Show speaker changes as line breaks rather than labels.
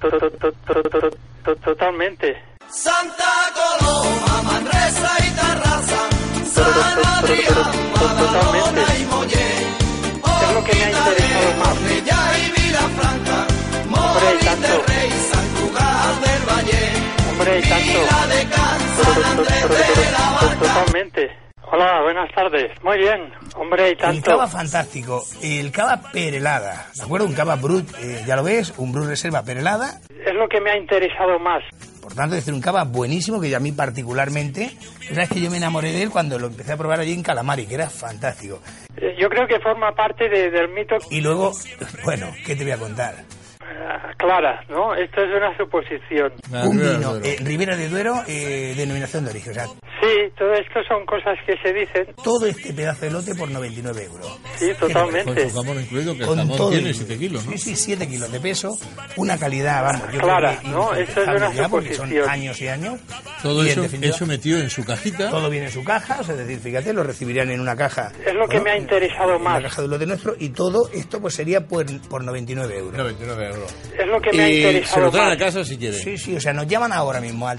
to- to- to- to- to- to- Totalmente.
Santa Coloma, Manresa y Tarrasa,
To- to- to-
San
to- to-
Adrián,
to-
Badalona
Totalmente.
y Mollé,
Es lo que me ha interesado más.
Cornellá y Vilafranca,
hay
Molins
tanto.
del Rey, San Cugat del Valle,
Hombre, hay tanto.
Vila de Can, San Andrés de la Barca.
Totalmente. Hola, buenas tardes. Muy bien. Hombre, hay
El cava
tanto.
fantástico, el cava perelada, ¿de acuerdo? Un cava brut, eh, ya lo ves, un brut reserva perelada.
Es lo que me ha interesado más.
Por tanto, es decir, un cava buenísimo que a mí particularmente, sabes que yo me enamoré de él cuando lo empecé a probar allí en Calamari, que era fantástico.
Eh, Yo creo que forma parte de- del mito
Y luego, bueno, ¿qué te voy a contar?
eh, Clara, ¿no? Esto es una suposición.
Ah,
un
mira,
vino,
pero-
eh, Ribera de Duero, eh, denominación de origen. O sea,
Sí, todo esto son cosas que se dicen.
todo este pedazo de lote por 99 euros.
Sí,
Con
totalmente.
su jamón incluido, que el
Con
jamón
todo.
tiene
el-
7 kilos, ¿no?
Sí, sí, 7 kilos de peso, una calidad, vamos. Yo
Clara,
creo que
¿no? Esto es
incontestable
una
ya, porque son
suposición.
años y años.
Todo
y en
eso,
definitiva,
eso metido en su cajita.
Todo viene en su caja, o sea, es decir, fíjate, lo recibirían en una caja.
Es lo que me ha interesado
en
más.
La caja de lote nuestro y todo esto pues sería por, por 99 euros.
99 euros.
Es lo que me ha
Y se
interesado
Eh, lo traen
más.
a casa si quieren.
Sí, sí, o sea, nos llaman ahora mismo al